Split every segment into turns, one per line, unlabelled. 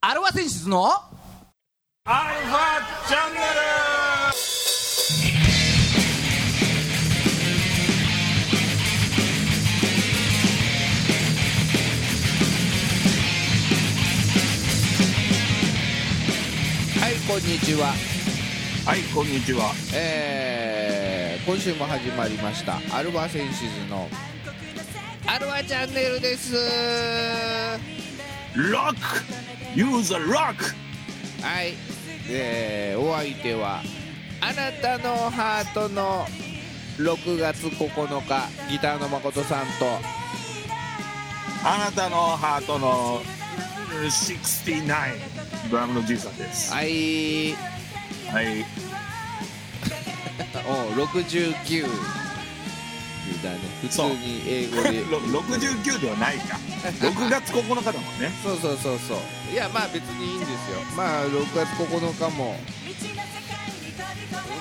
アルファ選出の
アルファチャンネル
はいこんにちは、
はいこんにちは
えー今週も始まりましたアルバセンシズのアルバチャンネルです
ロックユーザーロック
はい、えーお相手はあなたのハートの6月9日ギターの誠さんと
あなたのハートのうん69ドラムのじいさんです
はい
はい
お69だね普通
そう
に英語で
ろ69ではない か6月9日だもんね
そうそうそうそういやまあ別にいいんですよまあ6月9日も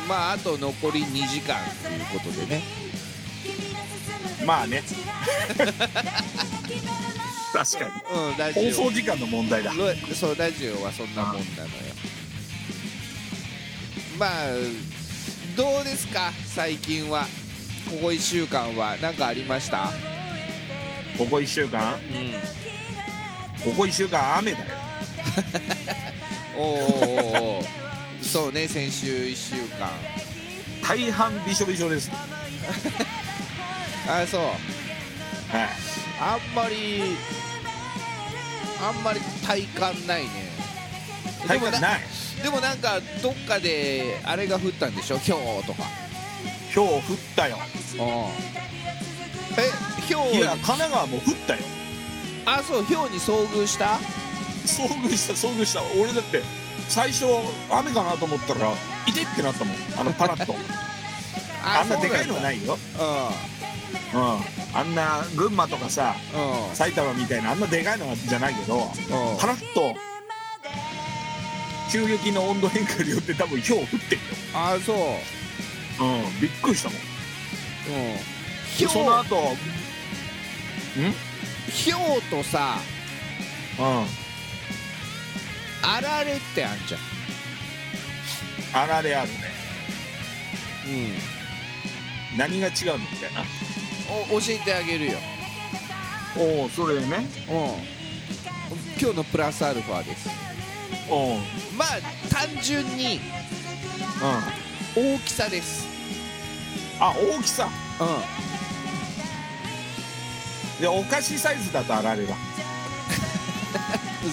まああと残り2時間ということでね
まあね確か
うんラ
に
ジ
放送時間の問題だ
オラそうラジオはそんなもんなのよまあどうですか最近はここ1週間は何かありました
ここ1週間
うん
ここ1週間雨だよ
おーおーおーそうね先週1週間
大半びしょびしょです
あそう
はい
あんまりあんまり体感ないね
体感ない
でもなんかどっかであれが降ったんでしょひょうとか
今日降ったよ
うんえひょ
いや
う
神奈川も降ったよ
あそうひょうに遭遇した
遭遇した遭遇した俺だって最初雨かなと思ったらいてってなったもんあのパ ラッとあんなでかいのはないいよ、
う
うん、あんな群馬とかさ
んうんうん
埼玉みたいなあんなでかいのはじゃないけどパラッと急激な温度変化によって多分ひょう降ってる
あそう
よ、うん、びっくりしたもん
うんひ
で
ょ
その
う
後ん
ひょうとさ
うん
あられってあんじゃん
あられあるね
うん
何が違うのみたいな
お教えてあげるよ
おおそれね
うん今日のプラスアルファです
おおうん
まあ単純に大きさです
あ大きさ
うん
でお菓子サイズだとあられが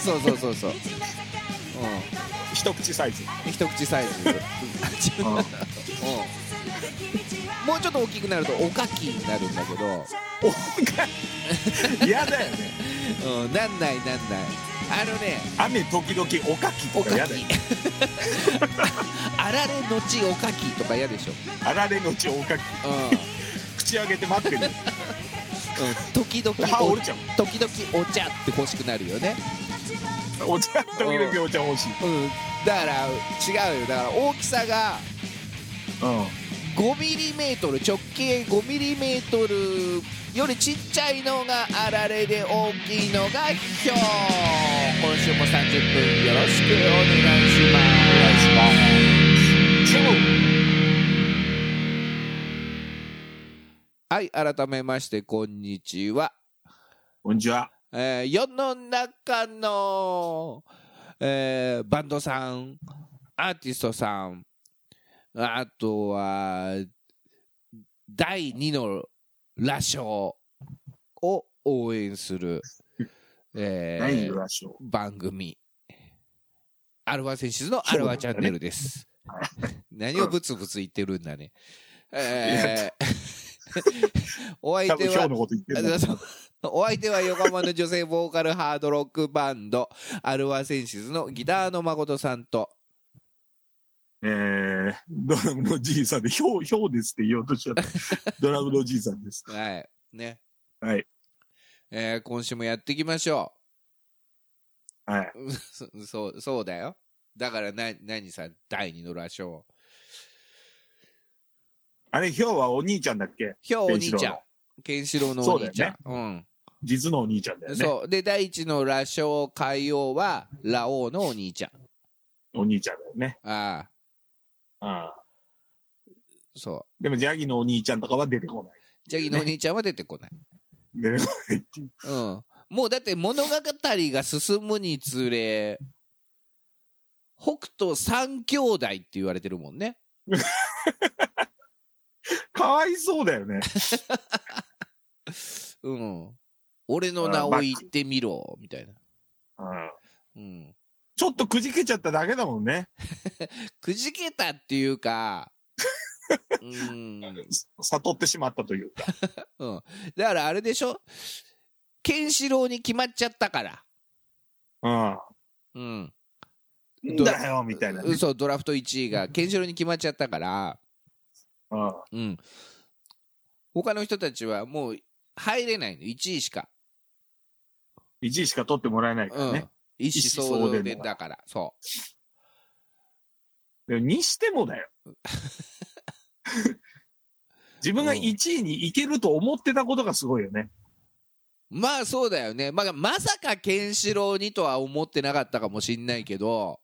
そうそうそうそう。
一口サイズ、
うん、一口サイズ。うん、もうちょっと大きくなるとおかきになるんだけど、
おか嫌だよね
うん、なんないなんない。あのね、
雨時々おかき
お
とか
か
嫌だよ
き。 あられのちおかきとか嫌でしょ。
あられのうちおかき
うん、
口開けて待ってるよ
時々
歯
お
折れちゃう
時々お茶って欲しくなるよね。
お茶時々お茶欲しい
うん、だから違うよ。だから大きさが
うん
5ミリメートル直径5ミリメートルよりちっちゃいのがあられで大きいのがひょう今週も30分よろしくお願いしますはい改めましてこんにちは、
こんにちは
えー世の中の、えーバンドさんアーティストさんあとは第2の羅生を応援する、えー
何ラショ
番組アルファセンシズのアルファチャンネルです。何をブツブツ言ってるんだね。えー お
ー
相
多
手
分今
は
日のこと言ってるん
あ
だ
そう お相手は横浜の女性ボーカルハードロックバンドアルファセンシズのギターの誠さんと
えー、ドラムのじいさんでひょうひょうですって言おうとしち ゃったドラムのじいさんです
はいね、
はい
えー今週もやっていきましょ
はいう
そ そうそうだよだからな何さ第二の羅生
あれひょうはお兄ちゃんだっけ
ひょうお兄
ケンシ
ちゃ
ロ
んケンシロウのお兄ちゃんう,、ん
実のお兄ちゃんだよね。
そうで第一の羅生海王はラオウのお兄ちゃん
お兄ちゃんだよね。
ああ
うん。
そ
でも、ジャギのお兄ちゃんとかは出てこな
うジャギのお兄ちゃんは出てこない、
い。出てこないっていう
うん、もうだって物語が進むにつれ北斗三兄弟って言われてるもんね
かわいそうだよね。
うん俺の名を言ってみろみたいな、
うん。
うん、
ちょっとくじけちゃっただけだもんね。
くじけたっていうかうん
悟ってしまったというか。
うん、だからあれでしょケンシロウに決まっちゃったから、うん、
うん。んだよ、みたいなね。
そうドラフト1位がケンシロウに決まっちゃったから、
うん。
うん、他の人たちはもう入れないの1位しか、
1位しか取ってもらえないか
う
ら
ん
ね。
一
一
子相
子相
伝
伝
で
で
だからそ
でもにしてもだ よ。自分が1位に行けると思ってたことがすごいよね。
うまあそうだよね、まあ、まさかケンシロウにとは思ってなかったかもしんないけど、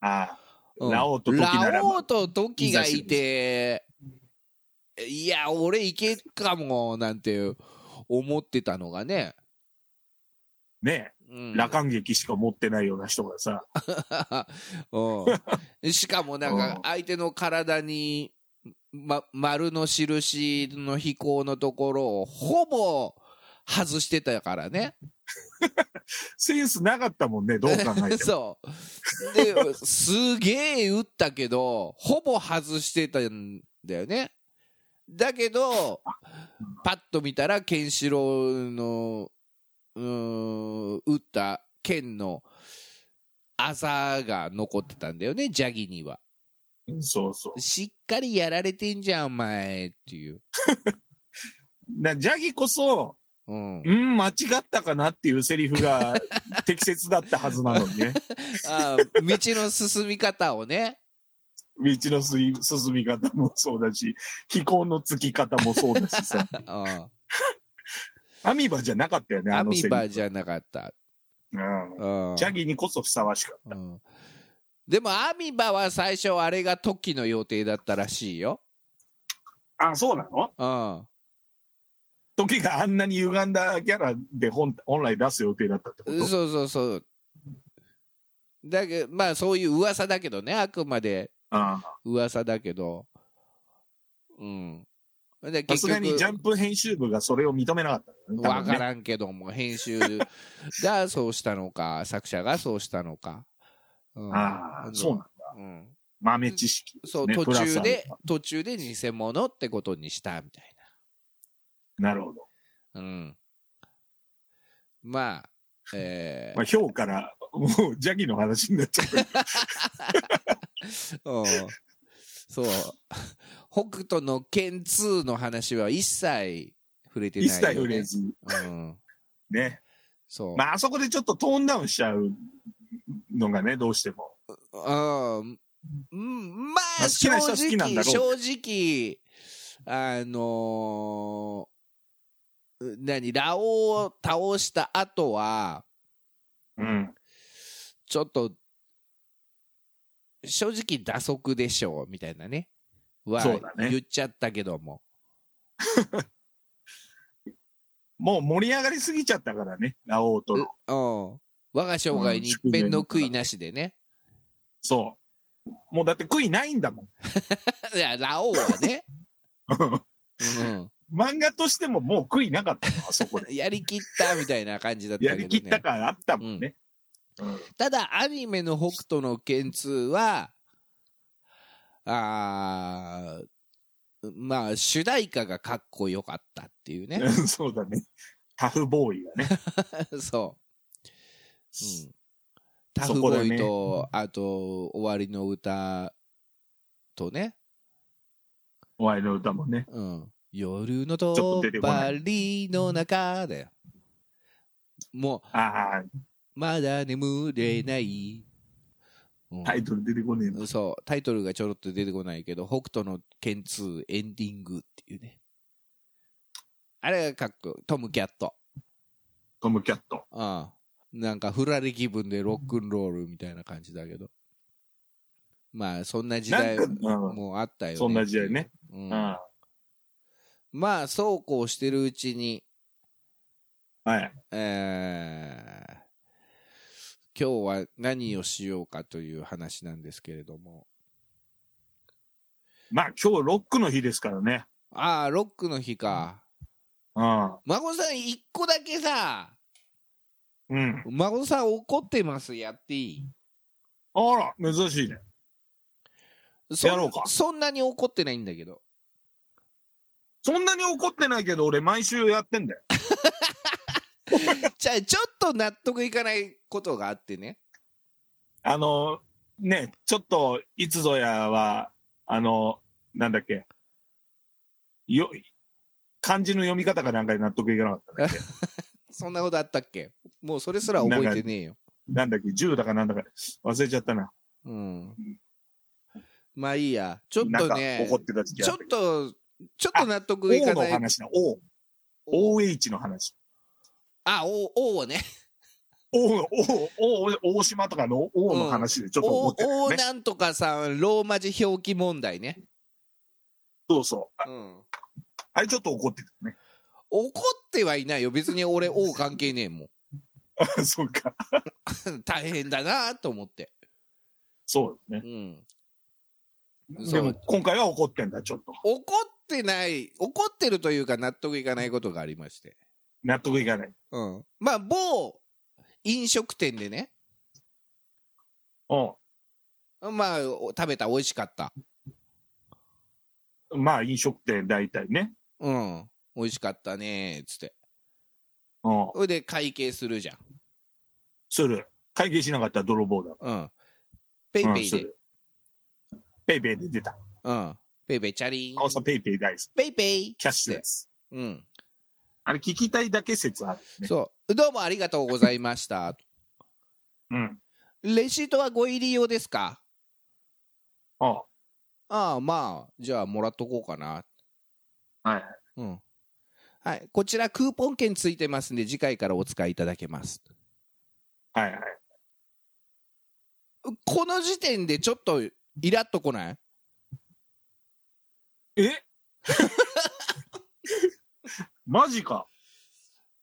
あ
うん
ラオウとトキならば
ラオウとトキがいていや俺いけっかもなんて思ってたのがね、
あ、ね
うん
え、羅漢劇しか持ってないような人がさ、
うん、しかもなん
う
か
ん
相手の体に、ま、丸の印の飛行のところをほぼ外してたからね。
センスなかったもんね、どう考えても。
そう。で、すげえ打ったけど、ほぼ外してたんだよね。だけど、パッと見たら、ケンシロウの、うーん、打った剣のあざが残ってたんだよね、ジャギには。
うんそうそう。
しっかりやられてんじゃん、お前っていう。
なジャギこそ、
うん
う、ん、間違ったかなっていうセリフが適切だったはずなのにね。
あ道の進み方をね、
道のすい進み方もそう だし、飛行のつき方もそうだしさ。
うん
アミバじゃなかったよね、あ
ア
の
ミ
セリフ。
バじゃなかった。
うん
うん
ジャギにこそふさわしかっ
うんでもアミバは最初あれがトキの予定だったらしいよ。
た。あ、そうなの
うん、
時があんなに歪んだキャラで本本来出す予定だったってこと
そうそうそう。だけどまあそういう噂だけどねあくまで
うん
噂だけど。うん。で
さすがにジャンプ編集部がそれを認めなかったんだよね
わ
多分ね
からんけども、編 集がそうしたのか、作者がそうしたのか。うん
ああ、そうなんだ。
うん
豆知識、ね。
そう、
プ
途
ラス
中
アル
で
ファ、
途中で偽物ってことにしたみたい
なるほど。
な。うん。 まあ、え
まあ、今日から、もう、ジャギの話になっちゃった。
ー、うんそう、 北斗の剣2の話は一切触れてない
一
よ、ね。
切触れず、
うん。
ね。
そう。
まあ、あそこでちょっとトーンダウンしちゃうのがね、どうしても。
うんうんま
ま
あ
あ好き
正
な人は好きな
直
んだろ
正直あのー何ラオウを倒した後は
うん。
ちょっと正直打足でしょうみたいなねは
そうだね
言っちゃったけども
もう盛り上がりすぎちゃったからね、ラオウとの。
うん我が生涯に一片の悔いなしでね
そう。もうだって悔いないんだもん。
いやラオウはね、うん
漫画としてももう悔いなかったの、あそ こで。
やりきったみたいな感じだったけ
や
どね
りきった感あったもんね。うん
ただアニメの北斗の剣2はあーまあ主題歌がかっこよかったっていうね
そうだね。タフボーイがね。
そう、うん、タフ
そこ
ボ
だ
ーイ
ね
と、あと終わりの歌とね、
お前の歌もね。
うん、夜の
ょっと
と
出てこな
ば
い
りの中だよも
あ
うまだ眠れない、うん
あ、タイトル出てこねえな
そう、タイトルがちょろっと出てこないけど、北斗の剣2エンディングっていうね。あれがかっこいいトム・キャット。
トム・キャット。
ああなんかフラリ気分でロックンロールみたいな感じだけどまあそんな時
な
代
んか、うん
もあったよね
そんな時代ね、
うん
うん。は
まあそうこうしてるうちに
い。
えー今日は何をしようかという話なんですけれども
まあ今日ロックの日ですからね。
ああロックの日か
うん。
孫さん一個だけさ
うん。
孫さん怒ってますやってい
あら、珍しいね。
いそん
やろうか
そんなに怒ってないんだけど
そんなに怒ってないけど、俺毎週やってんだよ。
じゃあちょっと納得いかないことがあってね
あの、ね、ちょっと、いつぞやは、あの、なんだっけ。よ、漢字の読み方がなんかで納得いかなかったね。
そんなことあったっけもうそれすら覚えてねえよ
なんだっけ、銃だかなんだか、忘れちゃったな。
うんまあいいやちょっ
なん
と
か
ね
怒ってた時期
ち
あ
ょ
っ
った
けど。
とちょっと納得い
O
か
の
ない
話だ、O。OH の話。
あ、お、おをね。
O の、O、O、大島とかの O の話でちょっと
お
怒ってたよ、
お
ね。
なんとかさん、ローマ字表記問題ね。
そうそ
う
う。あ
ん。
あれちょっと怒ってたね。
怒ってはいないよ。別に俺、お関係ねえも
そうか。
ん。 大変だなと思って。
そうですね。
うん。
で
そ
も
う。
今回は怒ってんだ、ちょっと。
怒ってない、怒ってるというか納得いかないことがありまして。
納得いかない。
うん。まあ、某飲食店でね、
う
まあ、お食べた美味しかった。
ん。まあ、飲食店大体ね。
うん。美味しかったねつって。
うん。
それで会計するじゃん。
する。会計しなかったら泥棒だか
うん。ペイ
ら。
ペイ
うんす
で。
るペイペイで出た。
うん。ペイペイチャリーン
あ。おさペイペイ大好き。
ペイペイ
キャッシュレス。
うん。
あれ、聞きたいだけ説あるね。
そう。どうもありがとうございました。
うん。
レシートはご入り用ですか
あ
ああ、まあ、じゃあもらっとこうかな。
あはい。
うん。はい。こちらクーポン券ついてますんで、次回からお使いいただけます。
はいはい。
この時点でちょっとイラっとこない
え マジか。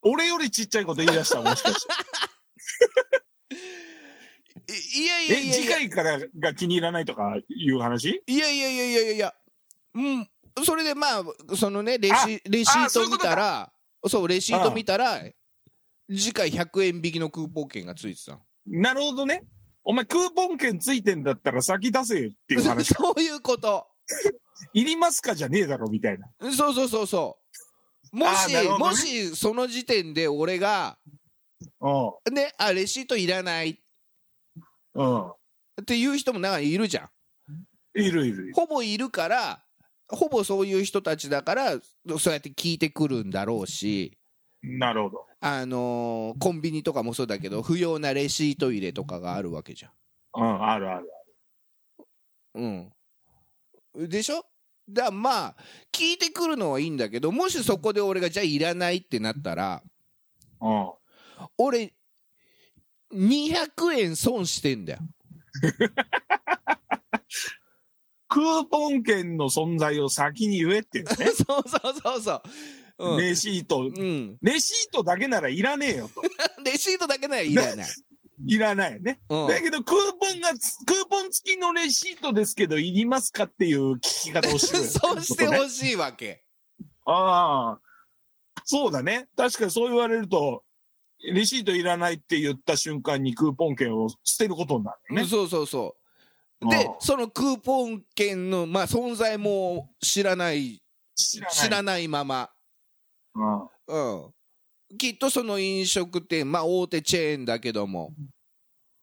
俺よりちっちゃいこと言い出した、もしかして。
いいや いやい
え、
やい
次
や。
回からが気に入らないとかいう話
いやいやいやいやいやいや。うん。それでまあ、そのね、レシレシ
あ
ー
そうい
ト
うこ
見
とか
たら、そう、レシート
うん
見たら、次回100円引きのクーポン券がついてたの。
なるほどね。お前、クーポン券ついてんだったら先出せよっていう 話。
そういうこと。
いりますかじゃねえだろ、みたいな。
そうそうそうそう。も
あー
し、
なるほどね
もし、その時点で俺が、
うん。
ね、あ、レシートいらないっ
うん。
ていう人もなんかいるじゃん。
いるいるいる。
ほぼいるから、ほぼそういう人たちだから、そうやって聞いてくるんだろうし、
なるほど。
あのーコンビニとかもそうだけど、不要なレシート入れとかがあるわけじゃん。
うん、あるある。
うん。でしょだまあ、聞いてくるのはいいんだけど、もしそこで俺が、じゃあいらないってなったら、
うん。
俺、200円損してんだよ。
クーポン券の存在を先に言えっていうね。
そうそうそうそう。うん。
レシート。
うん、
レシートだけならいらねえよと。
レシートだけならいらない。
いらないよね。
うん
だけど、クーポンがつ、クーポン付きのレシートですけど、いりますかっていう聞き方をしてる、
そうしてほしいわけ。
ああ。そうだね。確かにそう言われると、レシートいらないって言った瞬間にクーポン券を捨てることになるよね。
そうそうそう。で
ああ、
そのクーポン券の、まあ、存在も知らない、
知らない。
知らないまま。
うん
うん。きっとその飲食店、まあ、大手チェーンだけども、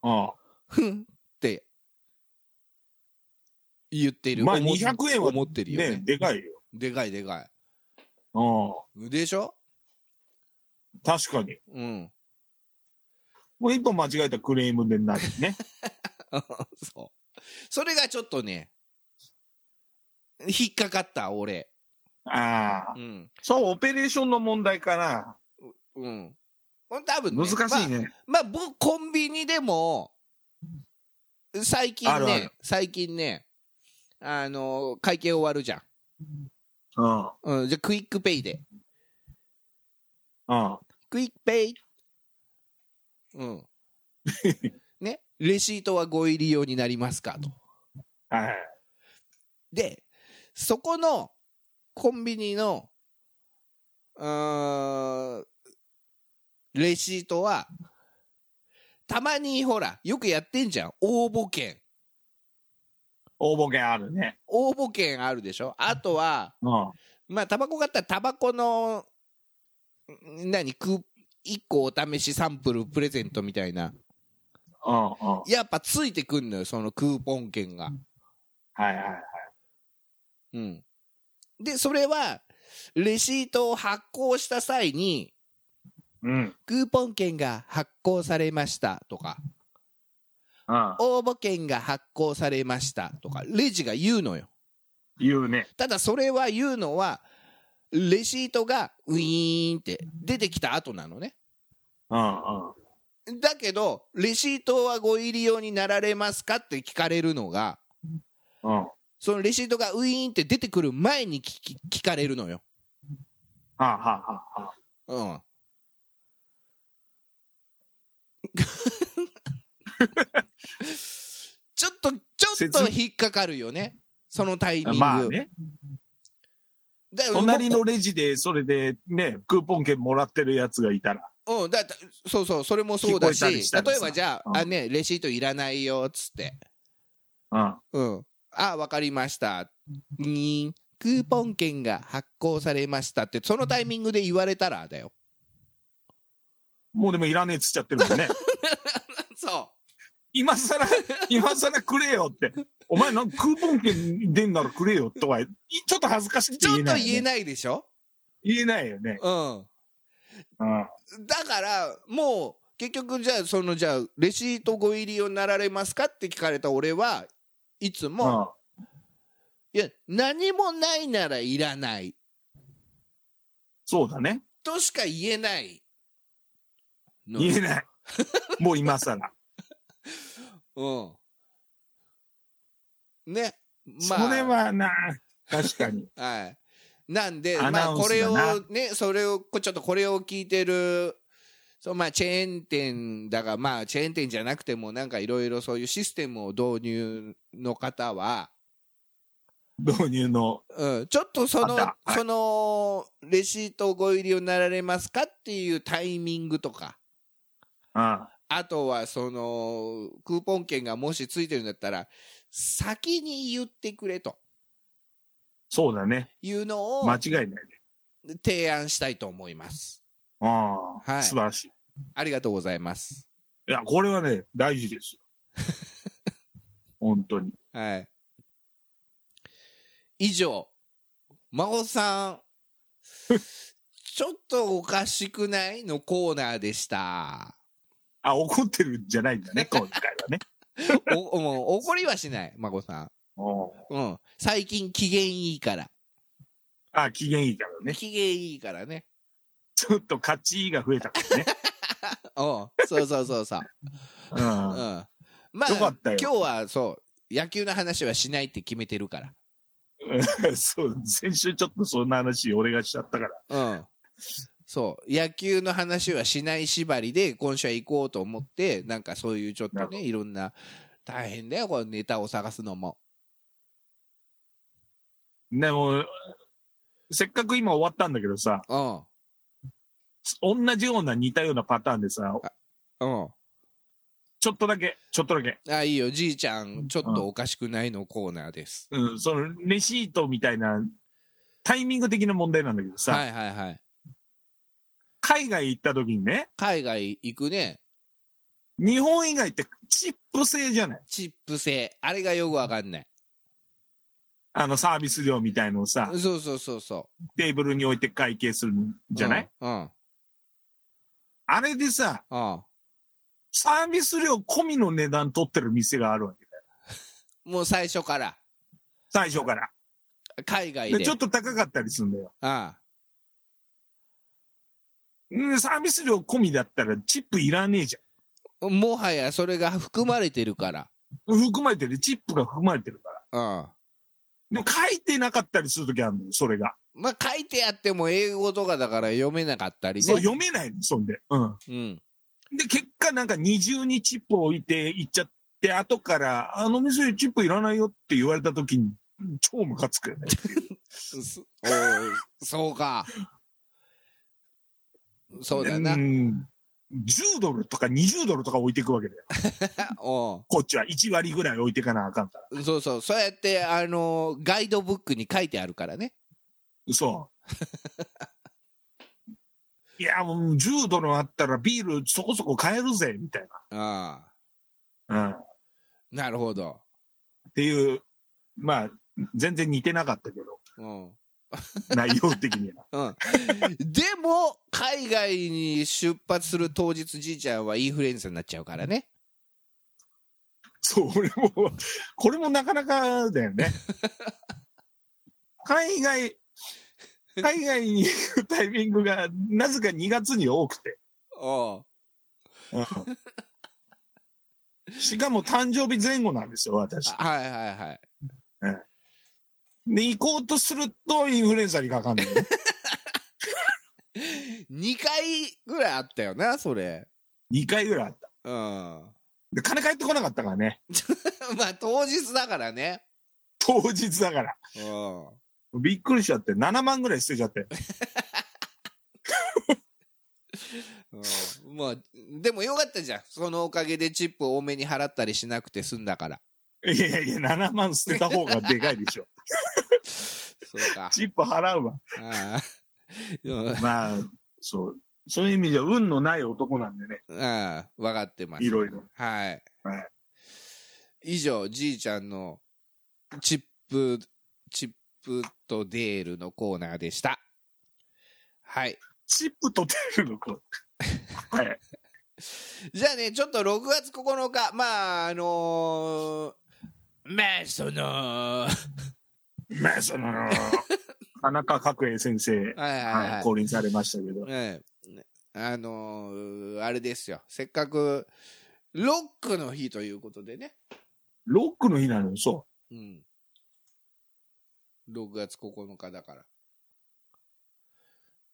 うん
ふんって言ってる。
まあ
思っ
200円は
思ってるよね
ねでかいよ。
でかいでか
う
い。でしょ
ん。確かに。
うん。
これ一本間違えたクレームでなるね。
そう。それがちょっとね、引っかかった、俺。
ああ。
うん。
そう、オペレーションの問題かな。
うん。ほんと多分、ね、
難しいね。
まあ、まあ僕コンビニでも最近ね
あるある
最近ねあの会計終わるじゃん、
うん。
うん、じゃあクイックペイで
うん。
クイックペイうん ねレシートはご入り用になりますかと
はい。
でそこのコンビニのうーんレシートはたまにほらよくやってんじゃん応募券
応募券あるね。
応募券あるでしょあとは
うん。
まあタバコ買ったらタバコのん何く1個お試しサンプルプレゼントみたいな
うん。うん。
やっぱついてくんのよそのクーポン券が
はいはい。
うん、でそれはレシートを発行した際に
うん。
クーポン券が発行されましたとか
うん。
応募券が発行されましたとかレジが言うのよ
言うね。
ただそれは言うのはレシートがウィーンって出てきた後なのね
うん。うん。
だけどレシートはご入り用になられますかって聞かれるのが
うん。は
そのレシートがウィーンって出てくる前に聞き聞かれるのよ
あ、はあはあはあ、
うん。ちょっと、ちょっと引っかかるよね。そのタイミング。
まあね。
だから
隣のレジで、それでね、クーポン券もらってるやつがいたら。
うん、だそうそう、それもそうだし、
聞こえたりしたらさ
例えばじゃあ、
うん
あね、レシートいらないよ、っつって。
うん。
うん。あ、わかりました。にクーポン券が発行されましたって、そのタイミングで言われたらだよ。
もうでもいらねえっつっちゃってるもんね。
そ
今 さら、今さらくれよって。お前なんかクーポン券出んならくれよとは、いちょっと恥ずかしく
う。
て
ちょ
言え
っと
ない、
言え
ね。
ないでしょ
言えないよね。
うん。
うん。
だからもう結局じゃあそのじゃあレシートご入りをなられますかって聞かれた俺はいつも、
うん
いや何もないならいらない
そうだね。
としか言えないの
言えない。 もう今さら。
うんねまあ
それはな、確かに。
はいなんで
ア
ま
ナ
あ
ウン
こ
ス
れ
だな
をねそれをこちょっとこれを聞いてるそうまあチェーン店だがまあチェーン店じゃなくてもなんかいろいろそういうシステムを導入の方は
導入の。
うん、ちょっとその、
あったはい
そのレシートご入りをなられますかっていうタイミングとか
うん。
あとはそのクーポン券がもしついてるんだったら先に言ってくれと
そうだね。
いうのを
間違いないね。
提案したいと思います。
うん。
い
素晴らしい。
ありがとうございます。
いや、これはね、大 事ですよ。本当に。
はい、以上孫さ んちょっとおかしくないのコーナーでした。
あ、怒ってるんじゃないん だね、今回はね。
お もう怒りはしない孫さん。
うん
うん、最近機嫌いいから。
あ、機嫌いいからね。
機嫌いいからね。
ちょっと勝ちが増えた からね。
うん、そうそうそう そう。
うん。
うん。
あ
まあ、
よかったよ
今日はそう、野球の話はしないって決めてるから。
そう、先週ちょっとそんな話俺がしちゃったから。
うん。そう、野球の話はしない縛りで今週は行こうと思って、なんかそういうちょっ
な
と
るほ
ね、いろんな、大変だよ、このネタを探すのも。
でも、せっかく今終わったんだけどさ、
うん。
同じような似たようなパターンでさ、
うん。
ちょっとだけ、ちょっとだけ、
あ、いいよ、じいちゃん、ちょっとおかしくないのコーナーです。
うん、そのレシートみたいな、タイミング的な問題なんだけどさ、
はいはいはい。
海外行った時にね、
海外行くね、
日本以外ってチップ制じゃない
チップ制。あれがよくわかんない。
あのサービス料みたいのをさ、
そうそうそうそ
テーブルに置いて会計するん
う。
じゃない、
うんうん。
あれでさ、
うん
サービス料込みの値段取ってる店があるわけだよ。
もう最初から、
最初から。
海外
で、
で。
ちょっと高かったりするんだよ。
あ
うんサービス料込みだったらチップいらねえじ
もはやそれが含まれてるから。
ゃん。含まれてる、チップが含まれてるから。
うん。
でも書いてなかったりするときあるのよ、それが。
まあ、書いてあっても英語とかだから読めなかったりね。
そう、読めないの、そんで。うん。
うん。
で、結果なんか二重にチップを置いて行っちゃって、後から、あの店チップいらないよって言われたときに、超ムカつくよね。
すおーそうか。そうだな。
ん。10ドルとか20ドルとか置いていくわけだよ。
お
こっちは1割ぐらい置いていかなあかんから。
うそうそう。そうやって、あのーガイドブックに書いてあるからね。
そう。いや、もう10ドルあったらビールそこそこ買えるぜ、みたい
ああ。
な。うん。っ
なるほど。
ていう、まあ、全然似てなかったけど、
うん。
内容的には。
うん、でも、海外に出発する当日、じいちゃんはインフルエンザになっちゃうからね。
そう、俺も、これもなかなかだよね。海外、海外に行くタイミングが、なぜか2月に多くて。
お
しかも誕生日前後なんですよ、私。
はいはいはい。
で、行こうとするとインフルエンザにかかんない。
2回ぐらいあったよな、それ。
2回ぐらいあった。
うん。 ま
で、金返ってこなかったからね。
あ、当日だからね。
当日だから。
うん。
びっくりしちゃって、7万ぐらい捨てちゃって。
うんまあ、でもよかったじゃん。そのおかげでチップ多めに払ったりしなくて済んだから。
いやいや、7万捨てた方がでかいでしょ。
そうか。
チップ払うわ。
ああ。うんあ
まあ、そう。そういう意味じゃ、運のない男なんでね、
あ、分かってます。
いろいろ。
はい。
は
以上、じいちゃんのチップ、チップとデールのコーナーでした。はい。
チップと出るのか。 はい。
じゃあね、ちょっと6月9日、まあ、あのー、まあ、その、
まあ、その、田中角栄先生、
はいはいはい
はい、降臨されましたけど。
ええ、あのーあれですよ、せっかくロックの日ということでね、
ロックの日なのよ、そ
うん、6月9日だから。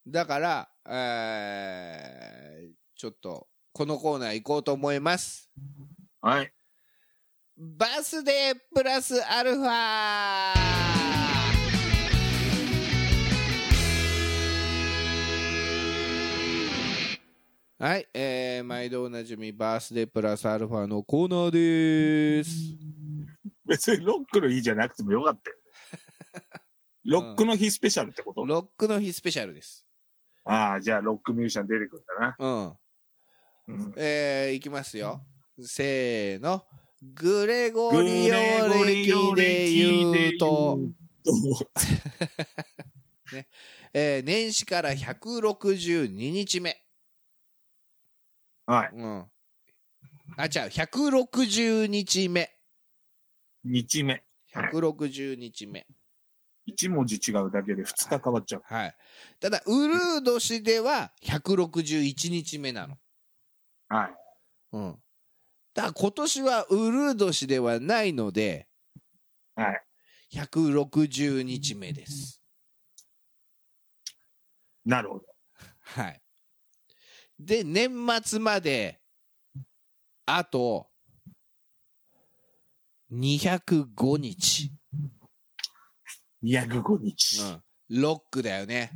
だから、えーちょっとこのコーナー行こうと思います。
う。はい。
バスデープラスアルファはい、えー、毎度おなじみバースデープラスアルファのコーナーです。
別にロックの日じゃなくてもよ かったよ。ロックの日スペシャルってこと、
ロックの日スペシャルです。
ああ、じゃあロックミュージシャン出てくるんだな。
うん。
うん
えー、いきますよ。せーの。グレゴ
グ
リオ歴で言うと。えー年始から162日目。
はい。
うん。あ、違う、160日目。
日目。
160日目。
一文字違うだけで二日変わっちゃう。
はい。ただ、ウルー年では161日目なの。
はい。
うん。だから今年はウルー年ではないので、
はい。
160日目です。
なるほど。
はい。で、年末まで、あと、205日。
205日。
うん。ロックだよね。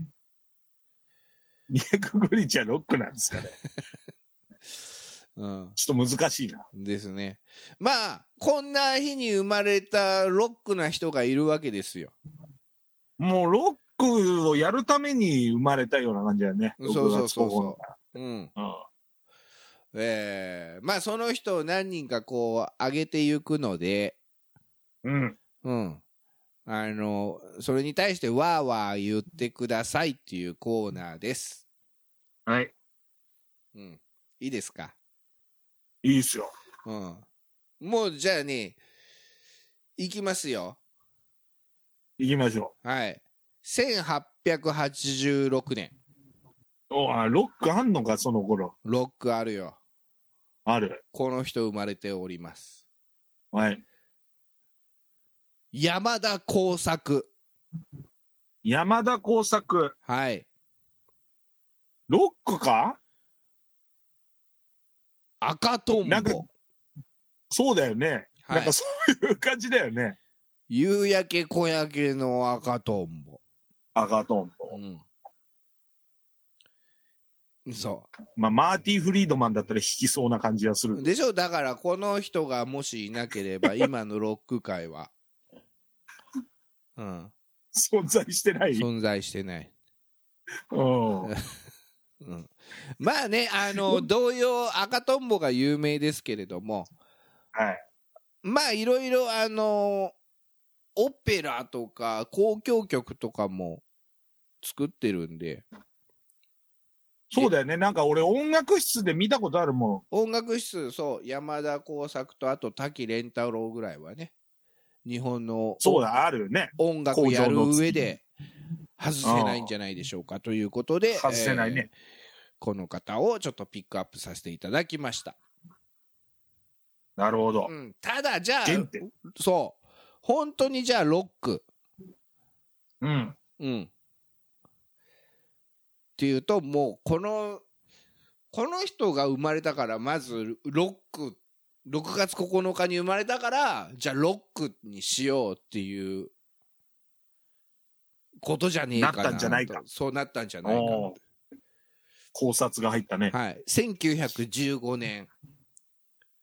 205日はロックなんですかね。
うん。
ちょっと難しいな。
ですね。まあ、こんな日に生まれたロックな人がいるわけですよ。
もうロックをやるために生まれたような感じだよね。
そうそうそうそう
6月
うん。
9日
えーまあ、その人を何人かこう、上げていくので、
うん。うん。
うん。あの、それに対してわーわー言ってくださいっていうコーナーです。
はい。
うん。いいですか
いいっすよ。
うん。もう、じゃあね、いきますよ。
行きましょ
はい。1886年。
おあロックあんのか、その頃。
ロックあるよ。
ある。
この人生まれております。
はい。
山田耕作。
山田耕作、
はい。
ロックか
赤とん
なんか
ぼ。
そうだよね。
は
なん
い
か。そういう感じだよね。
夕焼け小焼けの赤とんぼ。
赤トンボ。
うん。そう。
まあ、マーティ・フリードマンだったら弾きそうな感じがする。
でしょだからこの人がもしいなければ今のロック界は、うん、
存在してない。う
存在してない、
ん。
うん、まあねあ の同様赤とんぼが有名ですけれども
はい。
まあいろいろあのオペラとか交響曲とかも作ってるんで
そうだよね。なんか俺音楽室で見たことあるも
音楽室そう山田耕作とあと滝蓮太郎ぐらいはね日本の
ん。そうだ、あるよね。
音楽をやる上で外せないんじゃないでしょうかということで
外せないね
えーこの方をちょっとピックアップさせていただきました、
なるほど
う。ん、ただじゃあ
原点。
そう本当にじゃあロック、
うん。
うん、っていうともうこのこの人が生まれたからまずロック6月9日に生まれたからじゃあロックにしようっていうことじゃねえかな
なったんじゃないか
とそうなったんじゃないか
おー考察が入ったね。
はい、1915年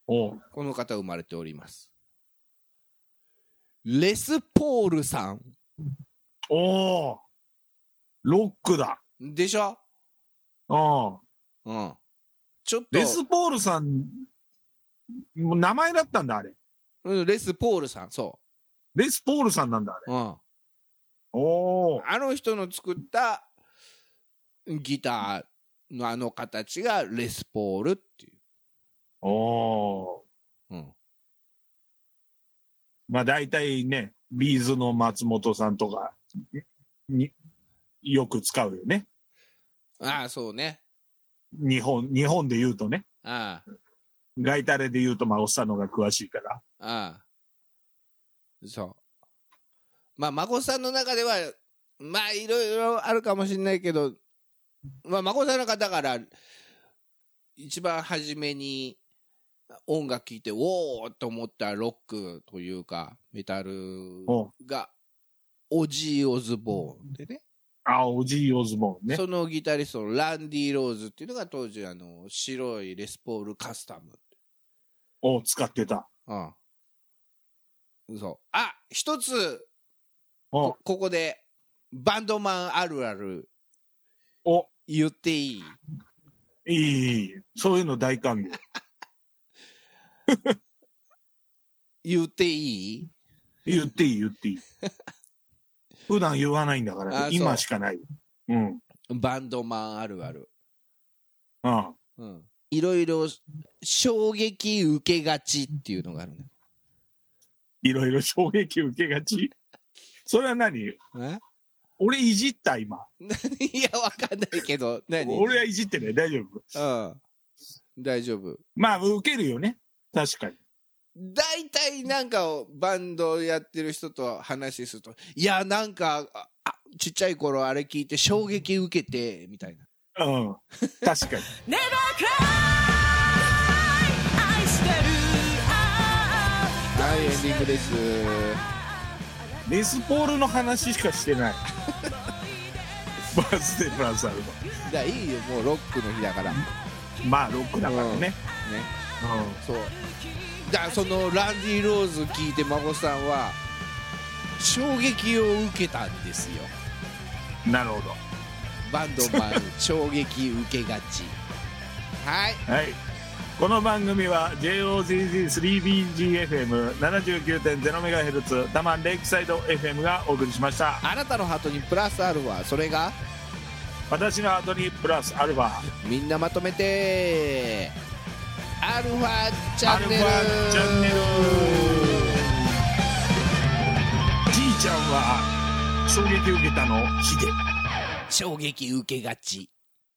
おう
この方生まれておりますレス・ポールさん
おうロックだ。
でしょ、
うん。
うん、ちょっと
レス・ポールさん、もう名前だったんだ、あれ。
うん、レス・ポールさんそ
レス・ポールさんなんだ、あれ。
う、うん、
おお。
あの人の作ったギターのあの形がレス・ポールってい
おお。
う、うん、
まあ大体ね、ビーズの松本さんとかに、よく使うよね。
ああそうね
日本、日本で言うとね。
ああ
ガイタレで言うと、まあ、おっさんの方が詳しいから。
ああそうまあ孫さんの中ではまあいろいろあるかもしれないけどまあ孫さんの方から一番初めに音楽聴いておおと思ったロックというかメタル
おう
がオジー・オズボーンでね
あ、おじいオズボーンね。
そのギタリストのランディ・ローズっていうのが当時あの白いレスポールカスタム
を使ってた。
うん。そう。あ、一つ、
お
こここで、バンドマンあるある
お、
言っていい
いいいい、そういうの大歓迎。
言っていい
言っていい、言って いい。普段言わないんだから
あ、そう
今しかない。うん。
バンドマンあるある。
ああ
うん。いろいろ衝撃受けがちっていうのがあるね。
いろいろ衝撃受けが ち。それは何
え
俺いじった今。
いや、わかんないけど、何
俺はいじってない。大丈夫。
うん。大丈夫。
まあ、受けるよね。確かに。
大体なんかバンドやってる人と話するといやなんかああちっちゃい頃あれ聞いて衝撃受けてみたいな
うん。確かに。
Never cry 愛してる
はいエンディングです
レスポールの話しかし てない。バースデーブラザーズ
だからいいよもうロックの日だからね
の。まあ、ロックだからね。うん
そうだからそのランディ・ローズ聞いて孫さんは衝撃を受けたんですよ
なるほど。
バンドマン衝撃受けがちはい
はい。この番組は JOZZ3BGFM79.0MHz 多摩レイクサイド FM がお送りしました。
あなたのハートにプラスアルファそれが
私の後にプラスアルファ、
みんなまとめてアルファチ
ア
ャ
ル
ン
フ
ネ
ァ
ル
チャンネル。じいちゃんは衝撃を受けたのヒデ。
衝撃受けがち